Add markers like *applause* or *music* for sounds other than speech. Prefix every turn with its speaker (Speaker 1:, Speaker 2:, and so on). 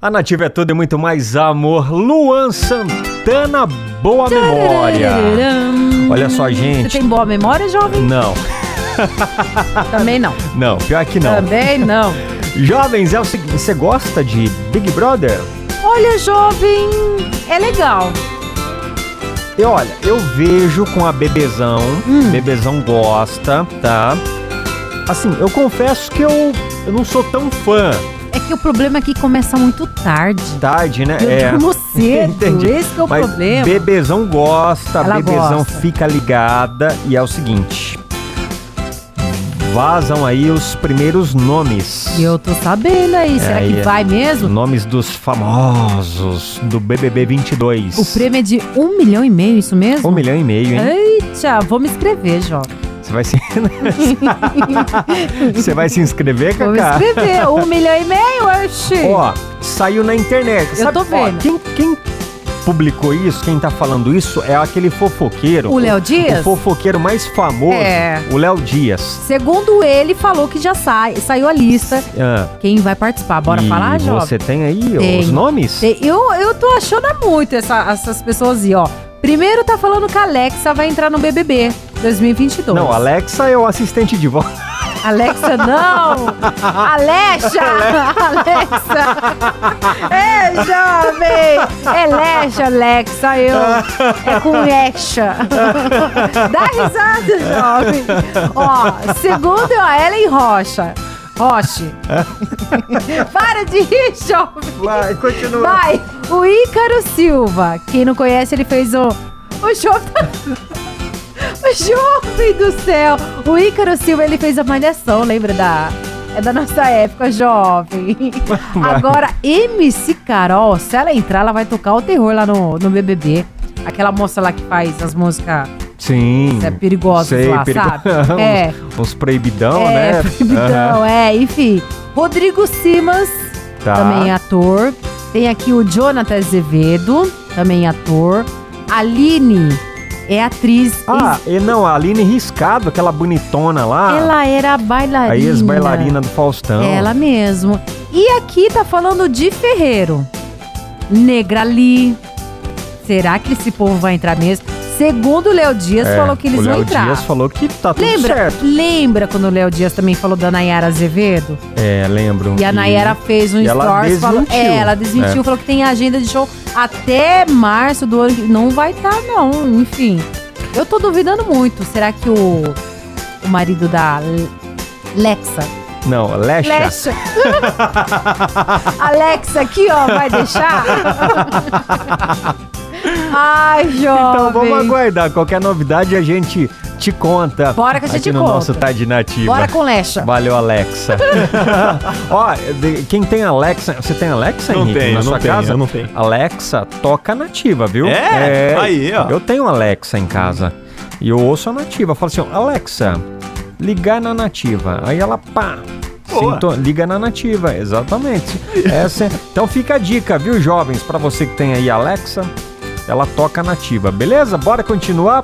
Speaker 1: A Nativa é tudo e muito mais amor. Luan Santana, boa memória.
Speaker 2: Tararam.
Speaker 1: Olha só,
Speaker 2: Você
Speaker 1: gente.
Speaker 2: tem boa memória, jovem?
Speaker 1: Não,
Speaker 2: Também não.
Speaker 1: não, pior que não.
Speaker 2: Também não.
Speaker 1: Jovens, é o seguinte, você gosta de Big Brother?
Speaker 2: Olha, jovem, é legal.
Speaker 1: E olha, eu vejo com a Bebezão,
Speaker 2: Hum.
Speaker 1: Bebezão gosta, tá? Assim, eu confesso que eu, eu não sou tão fã.
Speaker 2: É que o problema é que começa muito tarde.
Speaker 1: Tarde, né?
Speaker 2: Eu durmo cedo,
Speaker 1: *laughs* Entendi.
Speaker 2: esse que é o
Speaker 1: Mas
Speaker 2: problema.
Speaker 1: Bebezão gosta,
Speaker 2: Ela
Speaker 1: Bebezão
Speaker 2: gosta.
Speaker 1: fica ligada e é o seguinte. Vazam aí os primeiros nomes.
Speaker 2: E eu tô sabendo aí, será
Speaker 1: aí,
Speaker 2: que
Speaker 1: é.
Speaker 2: vai mesmo?
Speaker 1: Nomes dos famosos do BBB 22.
Speaker 2: O prêmio é de um milhão e meio, isso mesmo?
Speaker 1: Um milhão e meio, hein?
Speaker 2: Eita, vou me inscrever, jovem.
Speaker 1: Você vai se. *laughs* Você vai se inscrever,
Speaker 2: Vou me
Speaker 1: Cacá? *laughs*
Speaker 2: inscrever, um milhão e meio, oxi.
Speaker 1: Ó, saiu na internet.
Speaker 2: Eu
Speaker 1: Sabe,
Speaker 2: tô vendo.
Speaker 1: Ó, quem, quem publicou isso, quem tá falando isso, é aquele fofoqueiro.
Speaker 2: O Léo Dias?
Speaker 1: O fofoqueiro mais famoso,
Speaker 2: É.
Speaker 1: o Léo Dias.
Speaker 2: Segundo ele, falou que já sai, saiu a lista.
Speaker 1: Ah,
Speaker 2: Quem vai participar? Bora
Speaker 1: e
Speaker 2: falar, jovem?
Speaker 1: Você tem aí os
Speaker 2: Tenho.
Speaker 1: nomes?
Speaker 2: Tem- Eu, eu tô achando muito essa- essas pessoas aí, ó. Primeiro tá falando que a Alexa vai entrar no BBB 2022.
Speaker 1: Não, Alexa é o assistente de voz.
Speaker 2: Alexa não! Alexa! Alexa! É, jovem! É Lexa, Alexa, eu. É com Lexa. Dá risada, jovem. Ó, segundo é a Ellen Rocha. Roche. Para de rir, jovem.
Speaker 1: Vai, continua.
Speaker 2: Vai, o Ícaro Silva. Quem não conhece, ele fez o. O jovem. *laughs* O jovem do céu! O Ícaro Silva, ele fez a malhação, lembra da. É da nossa época, jovem.
Speaker 1: Vai.
Speaker 2: Agora, MC Carol, se ela entrar, ela vai tocar o terror lá no, no BBB. Aquela moça lá que faz as músicas
Speaker 1: Sim.
Speaker 2: é, perigosas
Speaker 1: Sei,
Speaker 2: lá,
Speaker 1: perigo- *laughs*
Speaker 2: sabe? É.
Speaker 1: uns, uns proibidão,
Speaker 2: é,
Speaker 1: né?
Speaker 2: *laughs* proibidão, é, enfim. Rodrigo Simas,
Speaker 1: Aham, tá.
Speaker 2: também é ator. Tem aqui o Jonathan Azevedo, também ator. Aline é atriz.
Speaker 1: Ah, e não, a Aline Riscado, aquela bonitona lá.
Speaker 2: Ela era bailarina.
Speaker 1: a ah. ex-bailarina do Faustão.
Speaker 2: É Ela mesmo. E aqui tá falando de Ferreiro. Negra Lee. Será que esse povo vai entrar mesmo? Segundo o Léo Dias,
Speaker 1: É,
Speaker 2: falou que eles
Speaker 1: o
Speaker 2: vão
Speaker 1: Léo
Speaker 2: entrar.
Speaker 1: Dias falou que tá tudo
Speaker 2: Lembra?
Speaker 1: certo.
Speaker 2: Lembra quando o Léo Dias também falou da Nayara Azevedo?
Speaker 1: É, lembro.
Speaker 2: E a Nayara fez um
Speaker 1: e ela
Speaker 2: stories falou,
Speaker 1: desmentiu.
Speaker 2: é, ela desmentiu, falou que tem agenda de show até março do ano, que- não vai estar não, enfim. Eu tô duvidando muito, será que o, o marido da Le- Lexa,
Speaker 1: É. Não, Lesha.
Speaker 2: Lexa, *laughs* Alexa aqui, ó, vai
Speaker 1: *laughs*
Speaker 2: deixar? Ai, jovem.
Speaker 1: Então vamos aguardar. Qualquer novidade a gente te conta.
Speaker 2: Bora que a gente
Speaker 1: aqui no
Speaker 2: conta.
Speaker 1: nosso Tade Nativa.
Speaker 2: Bora com Lexa.
Speaker 1: Valeu, Alexa. *laughs* Ó, de- quem tem Alexa... Você tem Alexa,
Speaker 3: Não
Speaker 1: Henrique,
Speaker 3: tenho,
Speaker 1: na
Speaker 3: não
Speaker 1: sua
Speaker 3: tenho,
Speaker 1: casa?
Speaker 3: eu não tenho.
Speaker 1: Alexa toca nativa, viu?
Speaker 3: É? Aí, ó.
Speaker 1: Eu tenho Alexa em casa. E eu ouço a nativa. Eu falo assim, ó, Alexa, ligar na nativa. Aí ela, pá...
Speaker 3: Boa.
Speaker 1: sinto- liga na nativa, exatamente. Essa é- Então fica a dica, viu, jovens? Pra você que tem aí Alexa, ela toca nativa, beleza? Bora continuar.